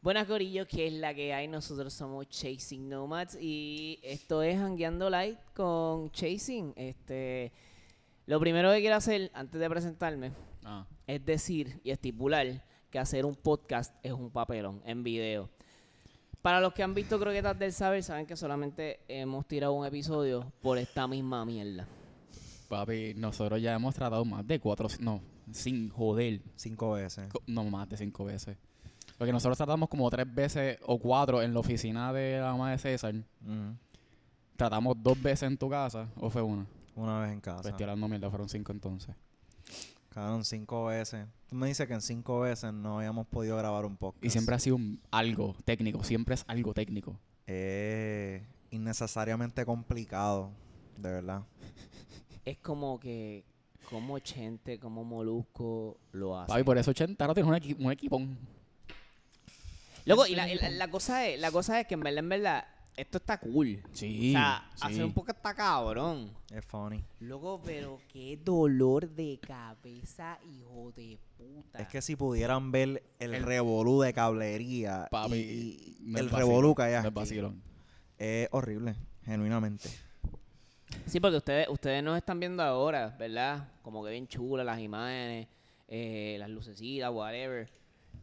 Buenas Gorillos, que es la que hay. Nosotros somos Chasing Nomads y esto es Hangueando Light con Chasing. Este, lo primero que quiero hacer antes de presentarme Ah, es decir y estipular que hacer un podcast es un papelón en video. Para los que han visto Croquetas del Saber, saben que solamente hemos tirado un episodio por esta misma mierda. papi, nosotros ya hemos tratado más de cuatro, no, sin joder, Cinco veces. co- no más de cinco veces. Porque nosotros tratamos como tres veces o cuatro en la oficina de la mamá de César. Ujú. Tratamos dos veces en tu casa, o fue una. Una vez en casa. Pues estoy hablando mierda, fueron cinco entonces. Cabrón, cinco veces. Tú me dices que en cinco veces no habíamos podido grabar un podcast. Y siempre ha sido un- algo técnico, siempre es algo técnico. Eh, innecesariamente complicado, de verdad. Es como que, como Chente, como Molusco lo hace. Papi, por eso 80 ahora tienes un, equi- un equipón. Loco, y la, la- la cosa es, la cosa es que en verdad, en verdad, esto está cool. Sí, o sea, sí. hacer un poco está cabrón. Es funny. Loco, pero qué dolor de cabeza, hijo de puta. Es que si pudieran ver el, revolú de cablería Papi, y, y no es el vacilón, revolú que hay No es aquí, vacilón. es horrible, genuinamente. Sí, porque ustedes, ustedes nos están viendo ahora, ¿verdad? Como que bien chulas las imágenes, eh, las lucecitas, whatever.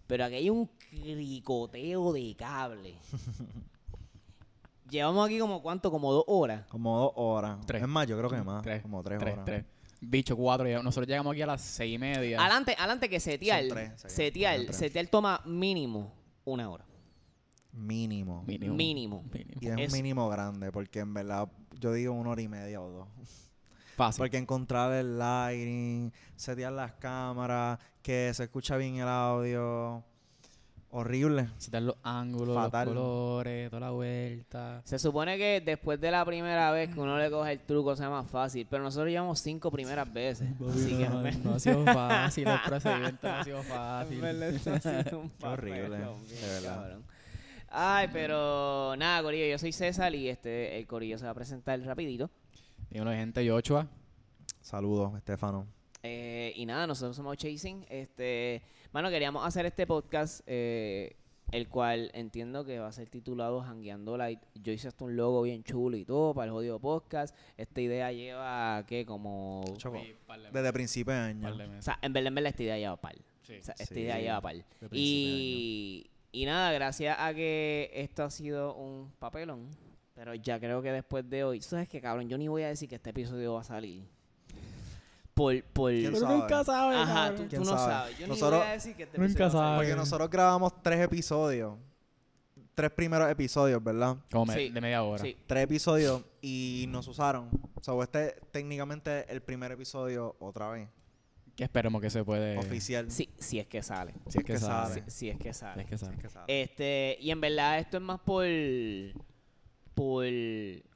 Pero aquí hay un cricoteo de cable. Llevamos aquí como cuánto, como dos horas. Como dos horas. Tres. Es más, yo creo que más. Tres, como tres, tres, horas. tres. Bicho, cuatro. ya- Nosotros llegamos aquí a las seis y media. Ah, Adelante, adelante que setear, Son tres, serían- setear, serían tres. setear toma mínimo una hora. Mínimo. Mínimo. Mínimo. Mínimo. Y es, Es- un mínimo grande, porque en verdad yo digo una hora y media o dos. Fácil. Porque encontrar el lighting, setear las cámaras, que se escucha bien el audio. Horrible. Citar los ángulos, Fatal. los colores, toda la vuelta. Se supone que después de la primera vez que uno le coge el truco sea más fácil, pero nosotros llevamos cinco primeras veces. Así que no, no ha sido fácil, el procedimiento no ha sido En fácil. verdad, esto ha sido un Qué horrible, papelón, de bien verdad. cabrón. Ay, pero nada, Corillo, yo soy César y este el Corillo se va a presentar rapidito. Dímelo, gente, Yochua. Saludos, Estefano. Eh, y nada, nosotros somos Chasing. Este, mano, queríamos hacer este podcast, eh, el cual entiendo que va a ser titulado Hangueando Light. Yo hice hasta un logo bien chulo y todo para el jodido podcast. Esta idea lleva, ¿qué? Como... O Choco, Desde principio de año. sea, en verdad, en verdad, esta idea lleva par. O sea, esta Sí, idea lleva par. principio de Y, y nada, gracias a que esto ha sido un papelón. Pero ya creo que después de hoy. ¿Sabes qué, cabrón? Yo ni voy a decir que este episodio va a salir. Por. por ¿Quién sabe? sabes. Ajá, tú, cabrón. tú ¿Quién no sabe? sabes. Yo ni Nosotros- voy a decir que este Nunca episodio va a salir. Porque nosotros grabamos tres episodios. Tres primeros episodios, ¿verdad? Como me- Sí. de media hora. Sí. Tres episodios y nos usaron. O sea, este técnicamente el primer episodio otra vez. Que esperemos que se puede. oficial. Sí, si es que sale. Si es que que sabe. sale. Si, si es que Si sale. es que Sí, sabe. que sabe. Este, y en verdad esto es más por por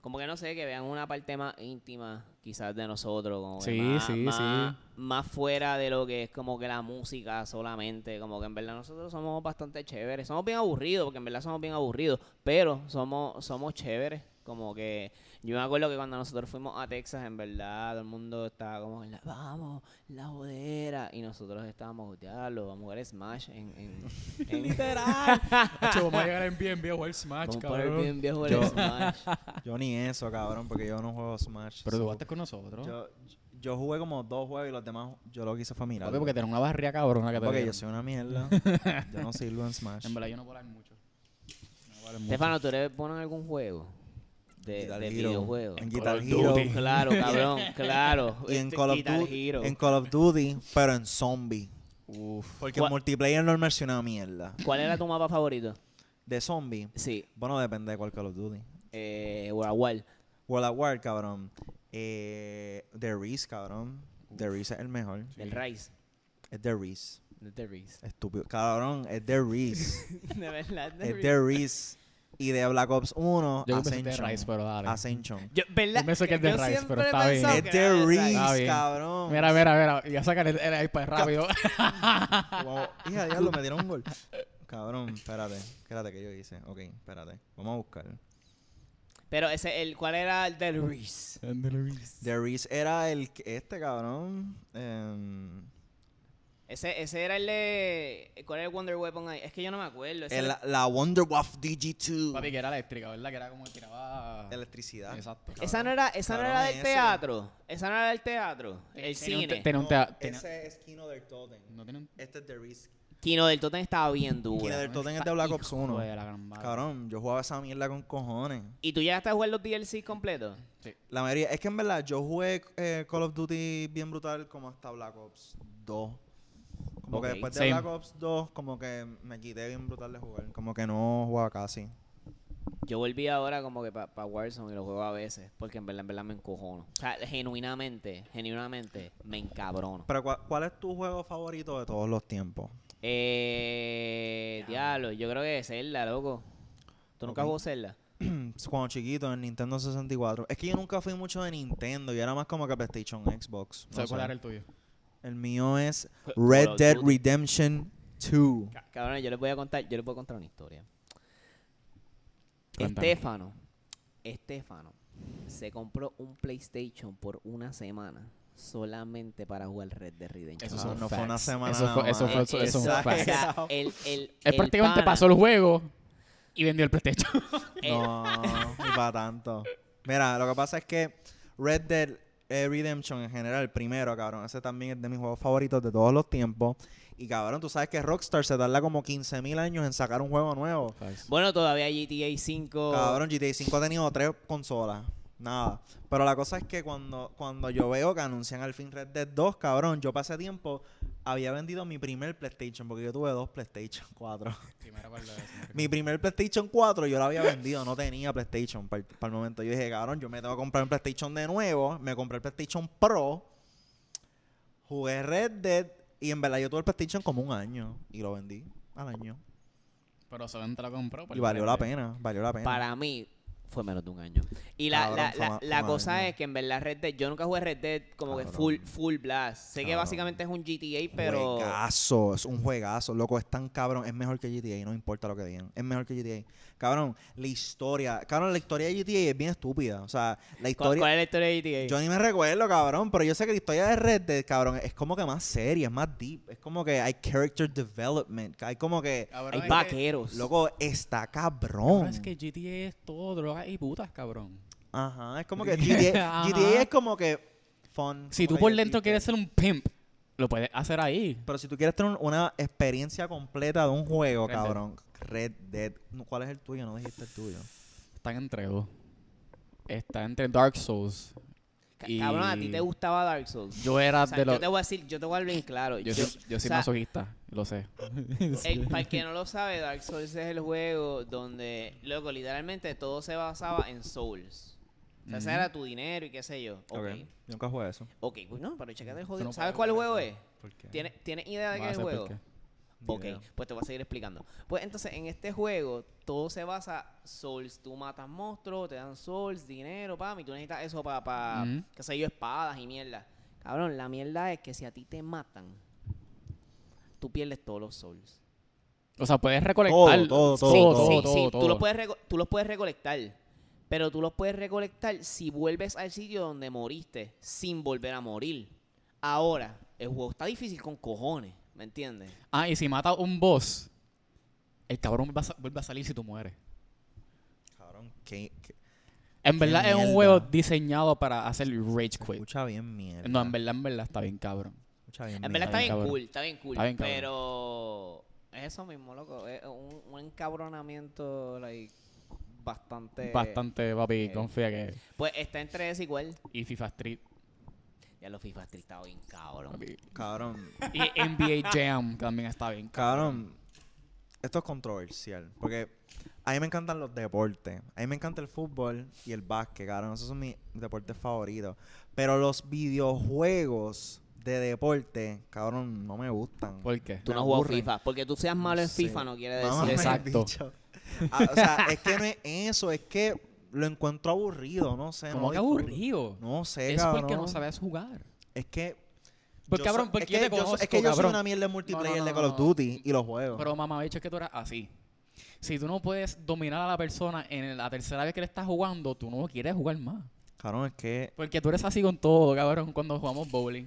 como que no sé, que vean una parte más íntima quizás de nosotros, como que Sí, más, sí, más, sí. más fuera de lo que es como que la música solamente, como que en verdad nosotros somos bastante chéveres, somos bien aburridos, porque en verdad somos bien aburridos, pero somos somos chéveres, como que yo me acuerdo que cuando nosotros fuimos a Texas, en verdad todo el mundo estaba como en la, vamos, la jodera, y nosotros estábamos, diablo, vamos a jugar Smash en, en, en literal. Hacho, vamos a llegar en bien viejo el Smash, Vamos a poner bien viejo el Yo- Smash. Yo ni eso, cabrón, porque yo no juego Smash. Pero tú so- jugaste con nosotros. yo, yo jugué como dos juegos y los demás yo lo que hice fue mirar. Papi, porque tenés una barría cabrona que te Porque dieron. yo soy una mierda. yo no sirvo en Smash. En verdad, yo no puedo hablar mucho. No puedo hablar mucho. Stefano, ¿tú eres bueno en algún juego? De, Guitar de Hero. videojuegos. En Call Guitar of Hero. Duty. Claro, cabrón, claro. Y en Este, Call, of Guitar Duty, Hero. en Call of Duty, pero en zombie. Porque ¿Cuál- el multiplayer normal es una mierda. ¿Cuál era tu mapa favorito? De zombie, Sí, bueno, depende de cuál Call of Duty. eh, World at War. World at War, cabrón. Eh, The Reese, cabrón. The Reese es el mejor. Del Rise. Es The Reese. De The Rise. Estúpido. Cabrón, es The Reese. De verdad, The es Rise. The Reese. Y de Black Ops 1, Yo pensé que Ascension. era Rice, pero dale. Ascension. Yo, ¿verdad? Yo pienso que es The Yo Rise, siempre pero he está bien. pensado Es que era The Rise. Está Reese, bien. cabrón. Mira, mira, mira. Ya sacan el, el iPad rápido. Como, hija, diablo, me dieron un gol. Cabrón, espérate. Espérate que yo hice. Ok, espérate. Vamos a buscar. Pero ese, el, ¿cuál era el del Rise? Ándale, Luis. The Reese era el que- este cabrón. em, Ese, ese era el de. ¿Cuál era el Wonder Weapon ahí? Es que yo no me acuerdo. ese El- era- la, la Wonder Waff DG2. Papi, que era eléctrica, ¿verdad? Que era como que tiraba... Electricidad. Exacto. esa no era, esa no era Cabrón, del ese. teatro. Esa no era del teatro. Tenía El un cine. te- tenía un tea- tenía- Ese es Kino del Totem. No tiene un... Este es The Risk. Kino del Totem estaba bien duro. Kino del Totem es de Está- Black Ops hijo 1. de la gran madre. Cabrón, yo jugaba esa mierda con cojones. ¿Y tú llegaste a jugar los DLC completos? Sí. La mayoría. Es que en verdad, yo jugué eh, Call of Duty bien brutal como hasta Black Ops 2. Como Ok, que después de same. Black Ops 2, como que me quité bien brutal de jugar. Como que no jugaba casi. Yo volví ahora como que para Warzone y lo juego a veces. Porque en verdad, en verdad me encojono. O sea, genuinamente, genuinamente me encabrono. Pero, ¿cuál, cuál es tu juego favorito de todos los tiempos? Eh. Diablo, yo creo que Zelda, loco. ¿Tú nunca Ok. jugó Zelda? Mm, Cuando chiquito, en Nintendo 64. Es que yo nunca fui mucho de Nintendo. Yo era más como que PlayStation, Xbox. no ¿Sabes cuál sé. era el tuyo? El mío es Cu- Call Red of Dead Duty. Redemption 2. Cabrón, yo les voy a contar, yo les voy a contar una historia. Cuéntame. Estefano, Estefano se compró un PlayStation por una semana solamente para jugar Red Dead Redemption. Eso Esos son no fue una facts. semana Eso fue, nada eso más. fue, eso, eso es un Ah, Exacto. fact. O sea, el, el, Él el prácticamente pana- pasó el juego y vendió el PlayStation. el- No, ni para tanto. Mira, lo que pasa es que Red Dead eh, Redemption en general, el primero, cabrón, ese también es de mis juegos favoritos de todos los tiempos. Y cabrón, tú sabes que Rockstar se tarda como 15.000 años en sacar un juego nuevo. Bueno, todavía GTA V. Cabrón, GTA V ha tenido tres consolas. Nada. Pero la cosa es que cuando, cuando yo veo que anuncian al fin Red Dead 2, cabrón, yo pasé tiempo, había vendido mi primer PlayStation, porque yo tuve dos PlayStation 4. Mi primer PlayStation 4 yo lo había vendido, no tenía PlayStation para el momento. Yo dije, cabrón, yo me tengo que comprar un PlayStation de nuevo. Me compré el PlayStation Pro, jugué Red Dead y en verdad yo tuve el PlayStation como un año y lo vendí al año. Pero se te lo compró. por Y valió la frente. pena, valió la pena. Pues Para mí fue menos de un año. Y la, Cabrón, la- fue la- ma- la fue más cosa año. es que en verdad Red Dead, yo nunca jugué Red Dead como que full, Cabrón. full blast. Sé que Cabrón. básicamente es un GTA, pero... Juegazo, es un juegazo. Loco, es tan cabrón. Es mejor que GTA, no importa lo que digan. Es mejor que GTA. Cabrón, la historia. Cabrón, la historia de GTA es bien estúpida. O sea, la ¿Cuál, historia. cuál es la historia de GTA? Yo ni me recuerdo, cabrón, pero yo sé que la historia de Red Dead, cabrón, es como que más seria, es más deep. Es como que hay character development. que Hay como que. Cabrón, es Hay que- vaqueros. Loco, está cabrón, cabrón. Es que GTA es todo drogas y putas, cabrón. Ajá, es como que GTA, GTA es como que fun. Si tú como que por yo- dentro y- quieres ser un pimp, lo puedes hacer ahí. Pero si tú quieres tener un- una experiencia completa de un juego, Red Dead. cabrón. Red Dead. No, ¿Cuál es el tuyo? No dijiste el tuyo. Están entre dos. Está entre Dark Souls. Ca- y- Cabrón, a ti te gustaba Dark Souls. Yo era O sea, de los. Yo te voy a decir, yo te voy a hablar bien claro. Yo, soy, yo soy o sea, masoquista, lo sé. el- Eh, para el que no lo sabe, Dark Souls es el juego donde, loco, literalmente todo se basaba en Souls. O sea, ese Ujú. era tu dinero y qué sé yo. Ok. Yo nunca jugué eso. Ok, pues no, pero checate el Tú jodido. no ¿Sabes cuál puedes jugar juego eso. es? ¿Por qué? ¿Tienes, tienes idea de Vas a qué es el saber por juego? qué. Ni Ok, idea. pues te voy a seguir explicando. Pues entonces, en este juego, todo se basa souls. Tú matas monstruos, te dan souls, dinero, pam, y tú necesitas eso para, para Ujú. qué sé yo, espadas y mierda. Cabrón, la mierda es que si a ti te matan, tú pierdes todos los souls. O sea, puedes recolectar. todo, todo, sí, todo, sí, todo, sí, Tú, todo. los puedes reco- tú los puedes recolectar, pero tú los puedes recolectar si vuelves al sitio donde moriste, sin volver a morir. Ahora, el juego está difícil con cojones, ¿me entiendes? Ah, y si mata un boss, el cabrón va a sa- vuelve a salir si tú mueres. Cabrón, ¿qué, qué- En Qué verdad es un mierda. juego diseñado para hacer rage quit. Escucha bien mierda. No, en verdad, en verdad está bien cabrón. Escucha bien En verdad está bien bien cabrón. cool, está bien cool. Está bien cabrón. pero es eso mismo, loco. Es un, un encabronamiento like, bastante. Bastante, papi, eh. confía que. Pues está entre ese igual. Y FIFA Street, Ya los FIFA Street está bien cabrón. papi. Cabrón, Y NBA Jam también está bien. cabrón. Esto es controversial. Porque a mí me encantan los deportes. A mí me encanta el fútbol y el básquet, cabrón. Esos son mis deportes favoritos. Pero los videojuegos de deporte, cabrón, no me gustan. ¿Por qué? Tú Me no juegas aburren. FIFA. Porque tú seas malo en Sí. FIFA no quiere decir Mamá me eso. Exacto. el bicho. Ah, o sea, es que no es eso, es que lo encuentro aburrido, no sé. ¿Cómo no que disfruto. aburrido? No sé, es cabrón. porque no sabes jugar. Es que. Pues, yo cabrón, so- porque es yo que te yo so- conozco, Es que yo soy cabrón. una mierda en multiplayer no, de no, Call of no. Duty y los juegos. Pero mamá, bicho, es que tú eras así. Si tú no puedes dominar a la persona en la tercera vez que le estás jugando, tú no quieres jugar más. cabrón, es que. Porque tú eres así con todo, cabrón, cuando jugamos bowling.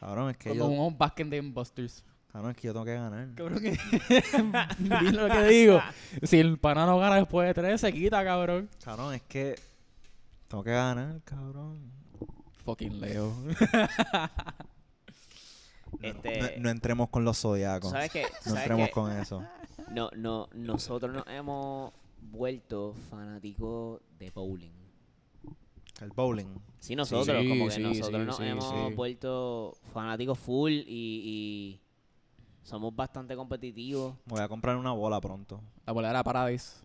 Cabrón, es que cuando yo. jugamos Back and Busters. Ah, no, es que yo tengo que ganar. Cabrón, que... Dile lo que digo. Si el pana no gana después de tres, se quita, cabrón. Cabrón, es que tengo que ganar, cabrón. Fucking Leo. No, Este- no- no entremos con los zodiacos. ¿Sabes qué? No ¿Sabes entremos qué? con eso. No, no, nosotros nos hemos vuelto fanáticos de bowling. El bowling. Sí, nosotros, Sí, como que sí, nosotros sí, nos sí, hemos sí. vuelto fanáticos full y, y somos bastante competitivos. Voy a comprar una bola pronto. La bola era Paradise.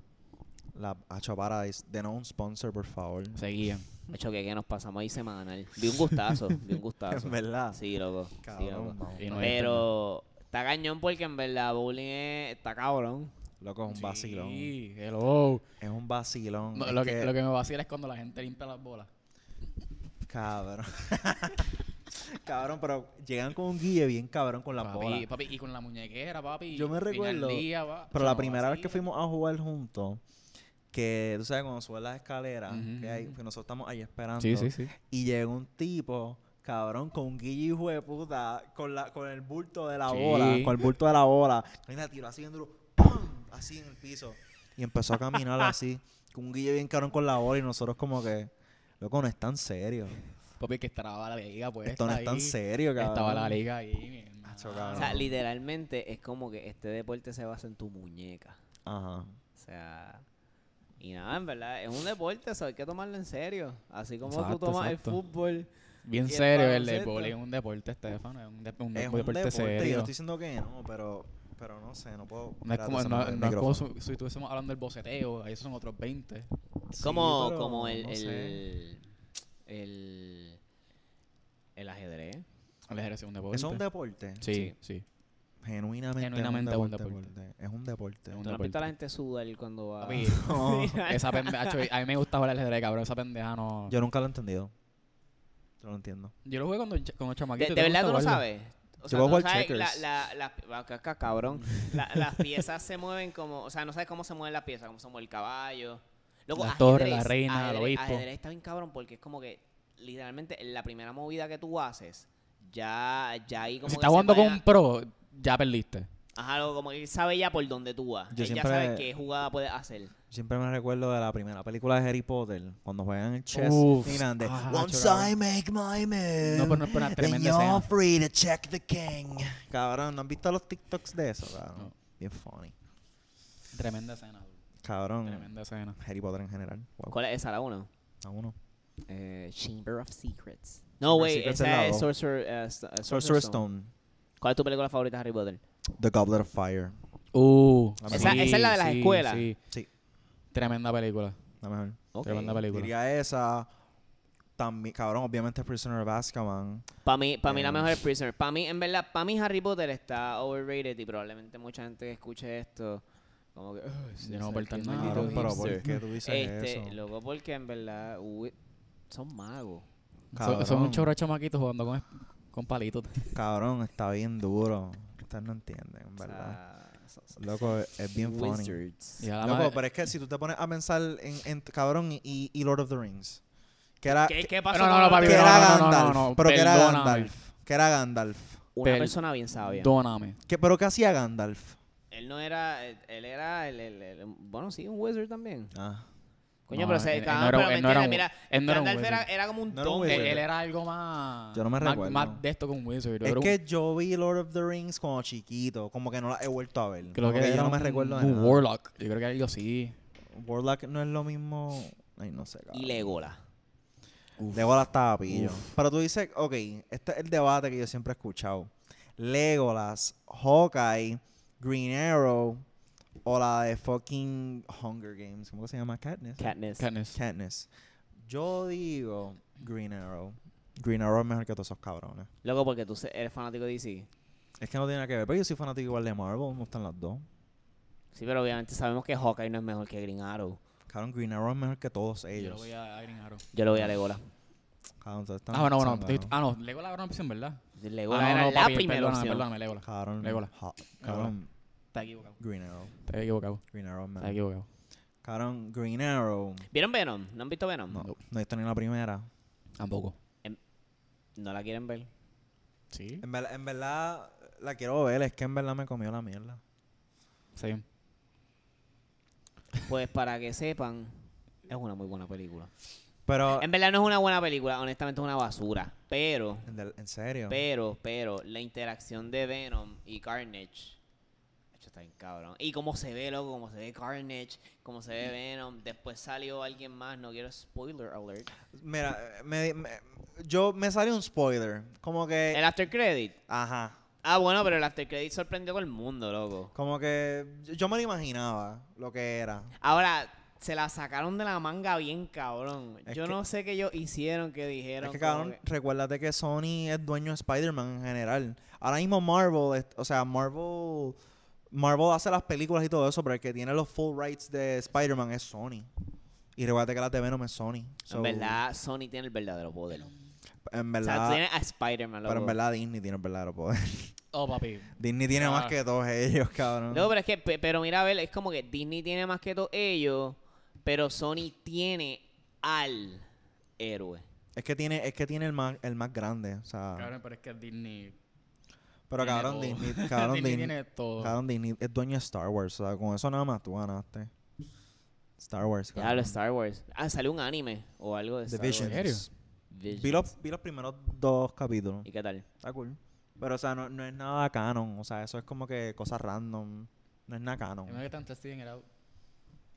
La Hacho Paradise. Denos un sponsor, por favor. Seguían. De hecho, que, que nos pasamos ahí semanal. Vi un gustazo, vi un gustazo. En verdad. Sí, loco. sí, Cabrón, loco. vamos. Y no- Pero está cañón porque en verdad bowling es- está cabrón. Loco, es un vacilón. Sí, hello. Es un vacilón. No, es lo, que, que- lo que me vacila es cuando la gente limpia las bolas. Cabrón. cabrón, pero llegan con un guille bien cabrón con la papi, bola. papi, y con la muñequera, papi. Yo me bien recuerdo, al día, va. Pero la Chamo, primera vez que vacila. fuimos a jugar juntos, que tú sabes, cuando subes las escaleras, Ujú, que, hay- ujú. que nosotros estamos ahí esperando. Sí, sí, sí. Y llega un tipo, cabrón, con un guille hijo de puta, con, la, con el bulto de la Sí. bola, con el bulto de la bola. Y la tiró así bien duro, ¡pam! Así en el piso. Y empezó a caminar así, con un guille bien cabrón con la bola. Y nosotros, como que, loco, no es tan serio. Papi, que estaba la liga, pues. Esto no es tan serio, cabrón. Estaba la liga ahí, mi hermano. Acho, cabrón. O sea, Ah. literalmente es como que este deporte se basa en tu muñeca. Ajá. O sea, y nada, en verdad, es un deporte, eso hay que tomarlo en serio. Así como Exacto, tú tomas exacto. el fútbol. Bien Y el serio, el baloncesto. deporte es un deporte, Estefano. Es un, dep- un Es dep- un deporte, deporte, yo no serio. estoy diciendo que no, pero, pero no sé, no puedo. No es Espérate, como, se me no, fue el no es como micrófono. si, si estuviésemos hablando del boceteo, ahí son otros 20. Es Sí, como, pero como el, no sé. el, el, el ajedrez. El ejercicio es un deporte. ¿Eso es un deporte? Sí, sí. Genuinamente, Genuinamente es un deporte. Es un deporte. Es un ¿Tú no has visto a deporte. la gente sudar cuando va? Papi, esa pendeja, acho, a mí me gusta jugar al ajedrez, cabrón, esa pendeja no... Yo, Yo nunca lo he entendido. Yo no entiendo. lo jugué cuando, ch- De, cuando de chamaquito. ¿te gusta verdad tú no jugarlo? sabes. O Yo sea, tú voy a no jugar sabes la, checkers. la, la, va, ca- ca- cabrón. La- las piezas se mueven como, o sea, no sabes cómo se mueven las piezas, cómo se mueve el caballo. Luego, La torre, la ajedrez, reina, el ajedrez- obispo. Ajedrez está bien cabrón porque es como que literalmente en la primera movida que tú haces, ya, ya ahí como Si que estás se jugando con puede- un pro, ya perdiste. Ajá, luego como que él sabe ya por dónde tú vas. Yo él ya siempre- sabe qué jugada puedes hacer. Siempre me recuerdo de la primera película de Harry Potter, cuando juegan el chess Uf. bien grande. Ah, Once chorado. I make my move, No, pero no es una then tremenda you're escena. free to check the king. Cabrón, ¿no han visto los TikToks de eso? Cabrón? No. Bien funny. Tremenda escena, dude. Cabrón, Tremenda escena. Harry Potter en general. Wow. ¿Cuál es esa? La 1. A uno. Chamber of Secrets. No, Chamber of güey, Eh, Secrets esa es la es dos. Sorcerer, eh, St- eh, Sorcerer Stone. ¿Cuál es tu película favorita de Harry Potter? The Goblet of Fire. Uh, Esa- esa es la de las escuelas. sí. Sí, Tremenda película. la mejor. Ok. Tremenda película. Diría esa. También, cabrón, obviamente Prisoner of Azkaban. Para mí, para mí la Eh, mejor es Prisoner. Para mí, en verdad, para mí Harry Potter está overrated y probablemente mucha gente que escuche esto como que... "Ay, sí, Yo no voy a sí, aportar que nada". maldito Cabrón, pero ¿por hipster". qué tú dices Este, eso? Loco, porque en verdad uy, son magos. Son, son un Cabrón. chorro de chamaquitos jugando con, con palitos. Cabrón, está bien duro. Ustedes no entienden, en O verdad. sea, son- son Loco, es es bien funny. wizards. Y a la Loco, madre- pero es que si tú te pones a pensar en, en- cabrón y, y Lord of the Rings, que era, ¿Qué, que, qué pasó? No, no, con no, la papi, otra? no, era no, no, Gandalf, no, pero que era perdóname. Gandalf, que era Gandalf. Una Pel- persona bien sabia. Dóname. Que, pero ¿qué hacía Gandalf? Él no era, él, él era, el- el- el- bueno, sí, un wizard también. Ah, Coño, No, pero se él- él cabrón, no era- pero él me no era entiendes, un- mira, él no era un Gandalf era, wizard. era como un No era un don. Él, Wizard. él era algo más. Yo no me más, recuerdo. Más de esto con Wizard. es Era un- que yo vi Lord of the Rings cuando chiquito, como que no la he vuelto a ver. creo Como que que yo era no me un- recuerdo de un nada. Warlock. Yo creo que algo así. Warlock no es lo mismo. Ay, no sé, cabrón. Y Legolas. Legolas estaba pillo. Pero tú dices, ok, este es el debate que yo siempre he escuchado. Legolas, Hawkeye, Green Arrow o la de fucking Hunger Games. ¿Cómo que se llama? Katniss. Katniss. Katniss. Katniss. Yo digo Green Arrow. Green Arrow es mejor que todos esos cabrones. Loco, porque tú se- eres fanático de DC. Es que no tiene nada que ver, pero yo soy fanático igual de Marvel, me gustan las dos. Sí, pero obviamente sabemos que Hawkeye no es mejor que Green Arrow. Cabrón, Green Arrow es mejor que todos Yo ellos. lo voy a, a Green Arrow. Yo lo voy a Legolas. Cabrón, ustedes están Ah, bueno, bueno. pensando, Ah, no. Legolas era una opción, ¿verdad? Legolas ah, no, era no, la papi, primera perdóname, opción. Perdóname, Legolas. Cabrón. ah, Legolas. ha- Cabrón. Está equivocado. Green Arrow. Está equivocado. Green Arrow es Está mejor. equivocado. Cabrón, Green Arrow. ¿Vieron Venom? ¿No han visto Venom? No, no he visto ni la primera. Tampoco. No la quieren ver. Sí. En, verdad- en verdad, la quiero ver, es que en verdad me comió la mierda. Sí. Pues para que sepan, es una muy buena película. Ah. Pero, En verdad no es una buena película, honestamente es una basura. Pero, en, del- en serio. pero, pero, la interacción de Venom y Carnage. hecho, Está bien cabrón. Y cómo se ve, loco, cómo se ve Carnage, cómo se ve Venom. Después salió alguien más, no quiero spoiler alert. Eh. Mira, me- me- yo me salió un spoiler. Como que. El after credit. Ajá. Ah, bueno, pero el after credit sorprendió a todo el mundo, loco. Como que yo- yo me lo imaginaba lo que era. Ahora, se la sacaron de la manga bien cabrón. Es yo que- no sé qué ellos hicieron, qué dijeron. Es que como cabrón, que- recuérdate que Sony es dueño de Spider-Man en general. Ahora mismo Marvel, es- o sea, Marvel Marvel hace las películas y todo eso, pero el que tiene los full rights de Spider-Man es Sony. Y recuérdate que las de Venom es Sony. So, en verdad, Sony tiene el verdadero poder. En O sea, verdad. tú tienes a Spider-Man, loco. pero en verdad Disney tiene el verdadero poder. Oh, papi. Disney tiene más Ah. que todos ellos, cabrón. No, pero es que, pe- pero mira, a ver, es como que Disney tiene más que todos ellos, pero Sony tiene al héroe. Es que tiene, es que tiene el más, el más grande. O sea. Cabrón, pero es que Disney. Ah. pero tiene cabrón, todo. Disney, cabrón, Disney Disney, tiene todo. cabrón, Disney es dueño de Star Wars. O sea, con eso nada más tú ganaste. Star Wars, Ya hablo cabrón. de Star Wars. Ah, salió un anime o algo de The Star Visions. Wars. serio? Visions. Vi los, vi los primeros dos capítulos. ¿Y qué tal? Está cool. Pero, o sea, no, no es nada canon. O sea, eso es como que cosas random. No es nada canon. Imagínate que tanto Steven era.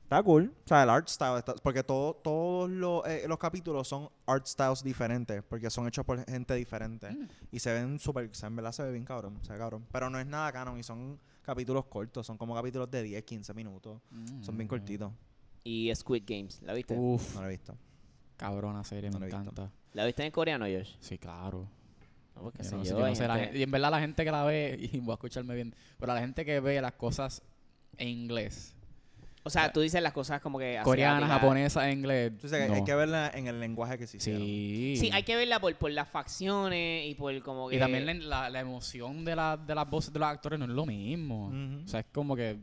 Está cool. O sea, el art style. está- porque todo- todos los, eh, los capítulos son art styles diferentes. Porque son hechos por gente diferente. Mm. Y se ven súper. o sea, En verdad se ve bien cabrón. Se ve cabrón. Pero no es nada canon. Y son capítulos cortos. Son como capítulos de 10, 15 minutos. Mm. Son bien cortitos. Y Squid Games, ¿la Uh. viste? Uf, No lo he visto. cabrona serie, me No lo he visto. encanta. ¿La viste en coreano, Josh? Sí, claro. No, porque Yo sé no sé, yo, yo no hay sé, la ¿eh? gente- gen- y en verdad la gente que la ve, y voy a escucharme bien, pero la gente que ve las cosas en inglés, O sea, tú dices las cosas como que... coreana, asiáticas. japonesa, en inglés. Entonces, hay- hay no. que verla en el lenguaje que se hicieron. Sí. Sí, hay que verla por, por las facciones y por como que... Y también Eh, la, la- la emoción de, la- de las voces de los actores no es lo mismo. Ujú. O sea, es como que.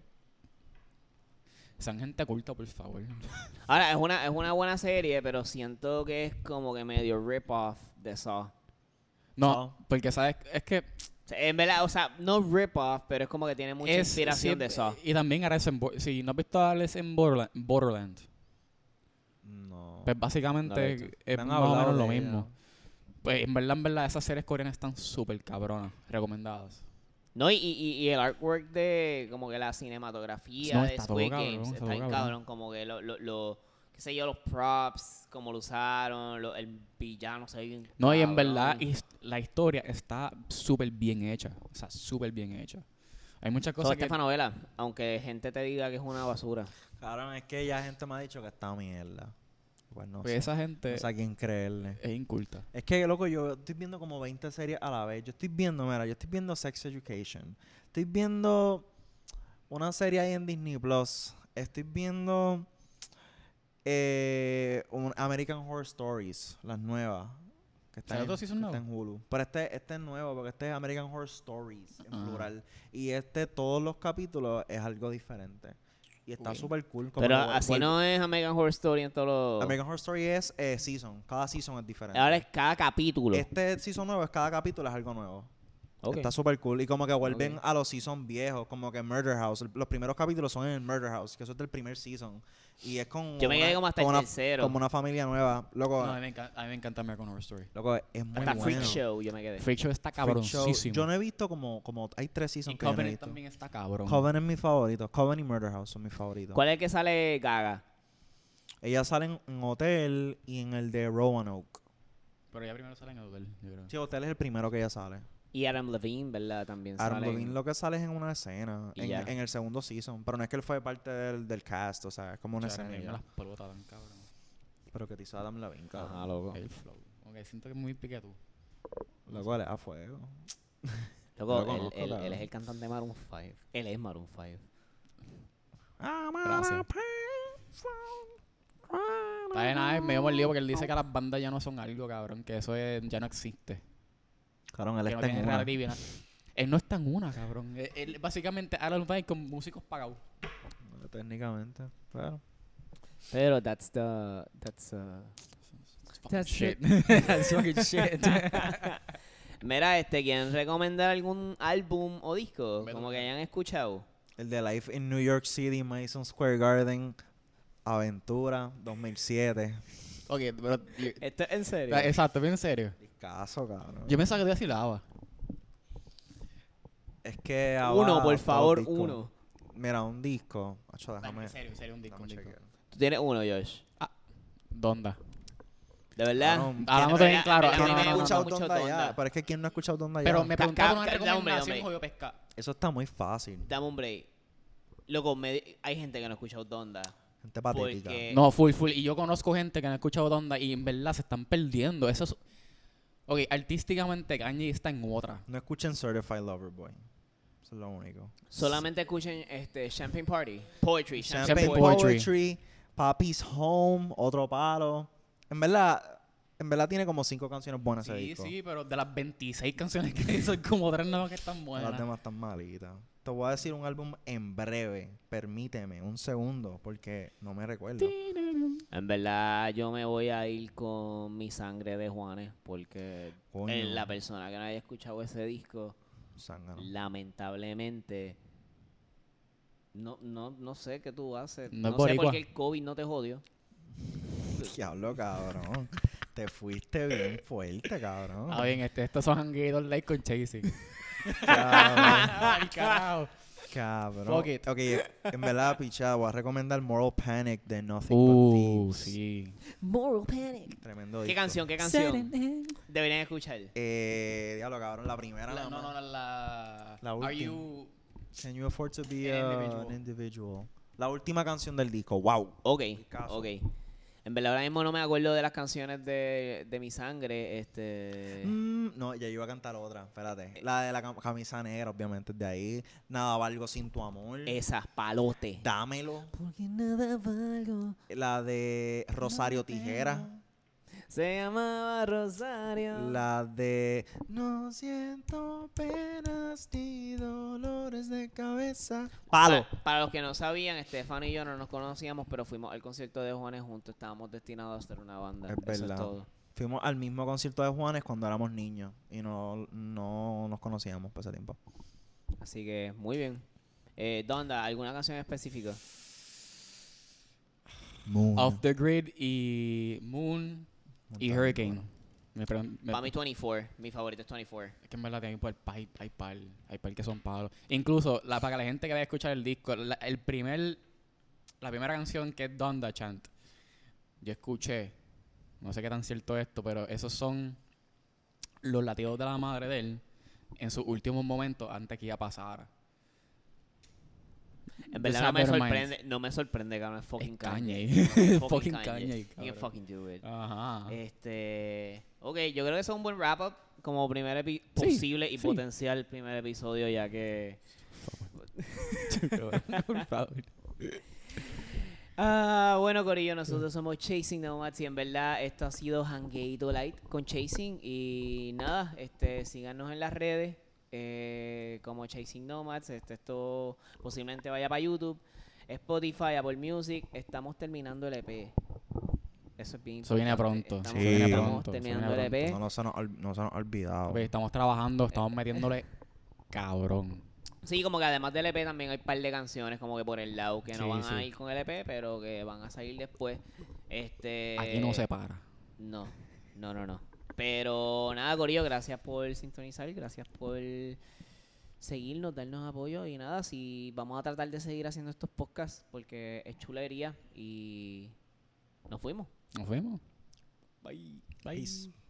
Sean gente culta, por favor. Ahora, es una, es una buena serie, pero siento que es como que medio rip-off de Saw. No, porque, ¿sabes? Es que. O sea, en verdad, o sea, no rip-off, pero es como que tiene mucha es- inspiración sí, de Saw. Y también Alex en. Bo- Si no has visto a Alex en Borderland, Borderland, No pues No. lo he básicamente visto. es Me han eh, más o hablado menos lo de mismo. ella. Pues en verdad, en verdad, esas series coreanas están súper cabronas, recomendadas. No, y, y, y el artwork de como que la cinematografía No, de está todo Squid cabrón, Games está está todo bien cabrón. cabrón, como que lo, lo, lo- qué sé yo, los props, como lo usaron, lo- el villano se ve bien No, y en cabrón. verdad his- la historia está súper bien hecha. O sea, súper bien hecha. Hay muchas Sobre cosas que... esta novela, aunque gente te diga que es una basura. Cabrón, es que ya gente me ha dicho que está mierda. Pues no pues sé. esa gente No sé a quién creerle. es inculta. Es que, loco, yo estoy viendo como 20 series a la vez. Yo estoy viendo, mira, yo estoy viendo Sex Education. Estoy viendo una serie ahí en Disney Plus. Estoy viendo eh, un- American Horror Stories, las nuevas. Que están, ¿Las en, otras sí son que están nuevas? en Hulu. Pero este, este es nuevo, porque este es American Horror Stories, en Ah. plural. Y este, todos los capítulos es algo diferente. Y está Uy. súper cool. como Pero que vuel- así vuel- no es American Horror Story en todos los... American Horror Story es eh, season. Cada season es diferente. Ahora es cada capítulo. Este season nuevo es cada capítulo es algo nuevo. Ok. Está súper cool. Y como que vuelven Ok. a los season viejos, como que Murder House. El- Los primeros capítulos son en el Murder House, que eso es del primer season. Y es con. Yo me una- quedé como hasta con el una- tercero. Como una familia nueva. No, Loco, eh. a, mí me encanta, a mí me encanta American Horror Story. loco es muy Hasta bueno. Freak Show yo me quedé. Freak Show está Freak Show. cabroncísimo. Yo no he visto como. como hay tres seasons y que yo no he Covenant visto. también está cabrón. Covenant es mi favorito. Covenant y Murder House son mis favoritos. ¿Cuál es el que sale Gaga? Ellas salen en Hotel y en el de Roanoke. Pero ya primero sale en el hotel, yo creo. Sí, Hotel es el primero que ella sale. Y Adam Levine, ¿verdad? También Adam sale. Levine lo que sale es en una escena, Y en, ya. en el segundo season. Pero no es que él fue parte del, del cast, o sea, es como una O sea, escena. y que ya. las pelotas tan cabrón. Pero que te hizo Adam Levine, cabrón. Ajá, loco. El flow. Ok, siento que es muy piquetú. Loco, él es a fuego. Loco, Lo él- conozco, él, él cabrón. es el cantante de Maroon 5. Él es Maroon 5. Gracias. Está bien, nada, me dio el lío porque él dice que las bandas ya no son algo, cabrón. Que eso es- ya no existe. Cabrón, él que no está en tiene una. reality, nada. Él no está en una, cabrón. Él, él básicamente Alan Vine con músicos pagados. No, Técnicamente, pero... Pero that's the... That's uh, It's fucking That's shit. That's fucking shit. Mira, este, ¿quieren recomendar algún álbum o disco? Vete Como tú. que hayan escuchado. El de Life in New York City, Madison Square Garden, Aventura, 2007. Ok, pero. yo- ¿Esto es en serio? exacto, bien en serio. Caso, cabrón. Yo pensaba que te vacilaba. Es que uno, ahora por los favor, discos- uno. Mira, un disco. Acho, déjame. En serio, en serio, un disco. déjame Un disco. chequear. Tú tienes uno, Josh. Donda. ¿De verdad? Cabrón, Ah, vamos a tener Mira, mira, claro. Ah, no, ¿Quién no no, ha no, no, escuchado no, mucho Tonda ya? Tonda. Pero es que ¿quién no ha escuchado Tonda Pero ya? me Ca- preguntaron ca- una ca- dame, dame. recomendación, coño, pesca. Eso está muy fácil. Dame un break. Loco, me- hay gente que no ha escuchado Donda. Gente patética. Porque- Eh, No, full, full. Y yo conozco gente que no ha escuchado Donda y en verdad se están perdiendo. Eso es... Ok, artísticamente Kanye está en otra. No escuchen Certified Lover Boy. Eso es lo único. Solamente escuchen este Champagne Party. Poetry, Champagne, Champagne Poetry. Poetry. Poetry. Papi's Home, Otro Palo. En verdad, en verdad tiene como cinco canciones buenas ese Sí, disco. sí, pero de las 26 canciones que hizo, hay como tres nada más que están buenas. Las demás están malitas. Te voy a decir un álbum en breve. Permíteme, un segundo, porque no me recuerdo. En verdad, yo me voy a ir con mi sangre de Juanes. Porque Coño. eh, la persona que no haya escuchado ese disco, Zángano. lamentablemente. No, no, no sé qué tú haces. No No, es sé boricua. por qué el COVID no te jodió. Diablo, cabrón. Te fuiste bien fuerte, cabrón. Ah, bien, este, estos son Hanguitos Light con Chasing. Cabrón. Ay, carajo. cabrón. Fuck it. Ok, en verdad, pichada, voy a recomendar Moral Panic de Nothing Uh, But Thieves. sí. Moral Panic. Tremendo ¿Qué disco. canción? ¿Qué canción? Deberían escuchar. Eh, diablo, cabrón, la primera. La- nada no, más. no, la... la, La Are última. you... Can you afford to be An a- individual. an individual? La última canción del disco, wow. Ok, caso. ok. En verdad ahora mismo no me acuerdo de las canciones de, de mi sangre, este... Mm, no, ya iba a cantar otra, Eh. espérate. La de la cam- camisa negra, obviamente, de ahí. Nada valgo sin tu amor. Esas palotes. Dámelo. Porque nada valgo. La de Rosario Tijera. Se llamaba Rosario. La de No siento penas ni dolores de cabeza. Palo. Pa- para los que no sabían, Estefano y yo no nos conocíamos, pero fuimos al concierto de Juanes juntos. Estábamos destinados a ser una banda. Es Eso verdad. es todo. Fuimos al mismo concierto de Juanes cuando éramos niños y no, no nos conocíamos por ese tiempo. Así que, muy bien. Eh, Donda, ¿alguna canción específica? Moon. Off the Grid y Moon y Montana, Hurricane. bueno. Me pregun- me- Para mí 24. Mi favorito es 24. Es que en verdad tienen por el hay, hay par, hay par que son palos. Incluso, la, para la gente que vaya a escuchar el disco, la, el primer, la primera canción que es Donda Chant, yo escuché, no sé qué tan cierto es esto, pero esos son los latidos de la madre de él en sus últimos momentos antes que ella pasara. En verdad no me December Minds. sorprende, no me sorprende, cabrón. Es fucking Es Kanye. Kanye. Es Fucking Kanye, Kanye. You can cabrón. fucking do it. Ajá. Eh, Este, ok, yo creo que eso es un buen wrap up como primer epi- Sí, posible y sí. potencial primer episodio ya que Por favor. Ah, bueno, Corillo, Mm. nosotros somos Chasing Nomads y en verdad esto ha sido Hangueito Light con Chasing y nada, este, síganos en las redes eh, como Chasing Nomads, este, esto posiblemente vaya para YouTube, Spotify, Apple Music, estamos terminando el EP. Eso es bien Eso viene importante, pronto, Estamos, eso viene estamos pronto, eso terminando viene el E EP. No, no se nos, ol- no se nos ha olvidado. Ok, estamos trabajando, Eh, estamos metiéndole cabrón. Sí, como que además del EP también hay un par de canciones como que por el lado que no Sí, van a sí. ir con el EP, pero que van a salir después. Este Aquí no se para. No, no, no, no. Pero nada, Corillo, gracias por sintonizar, gracias por seguirnos, darnos apoyo y nada, si vamos a tratar de seguir haciendo estos podcasts porque es chulería y nos fuimos. Nos vemos. Bye. Bye. Peace.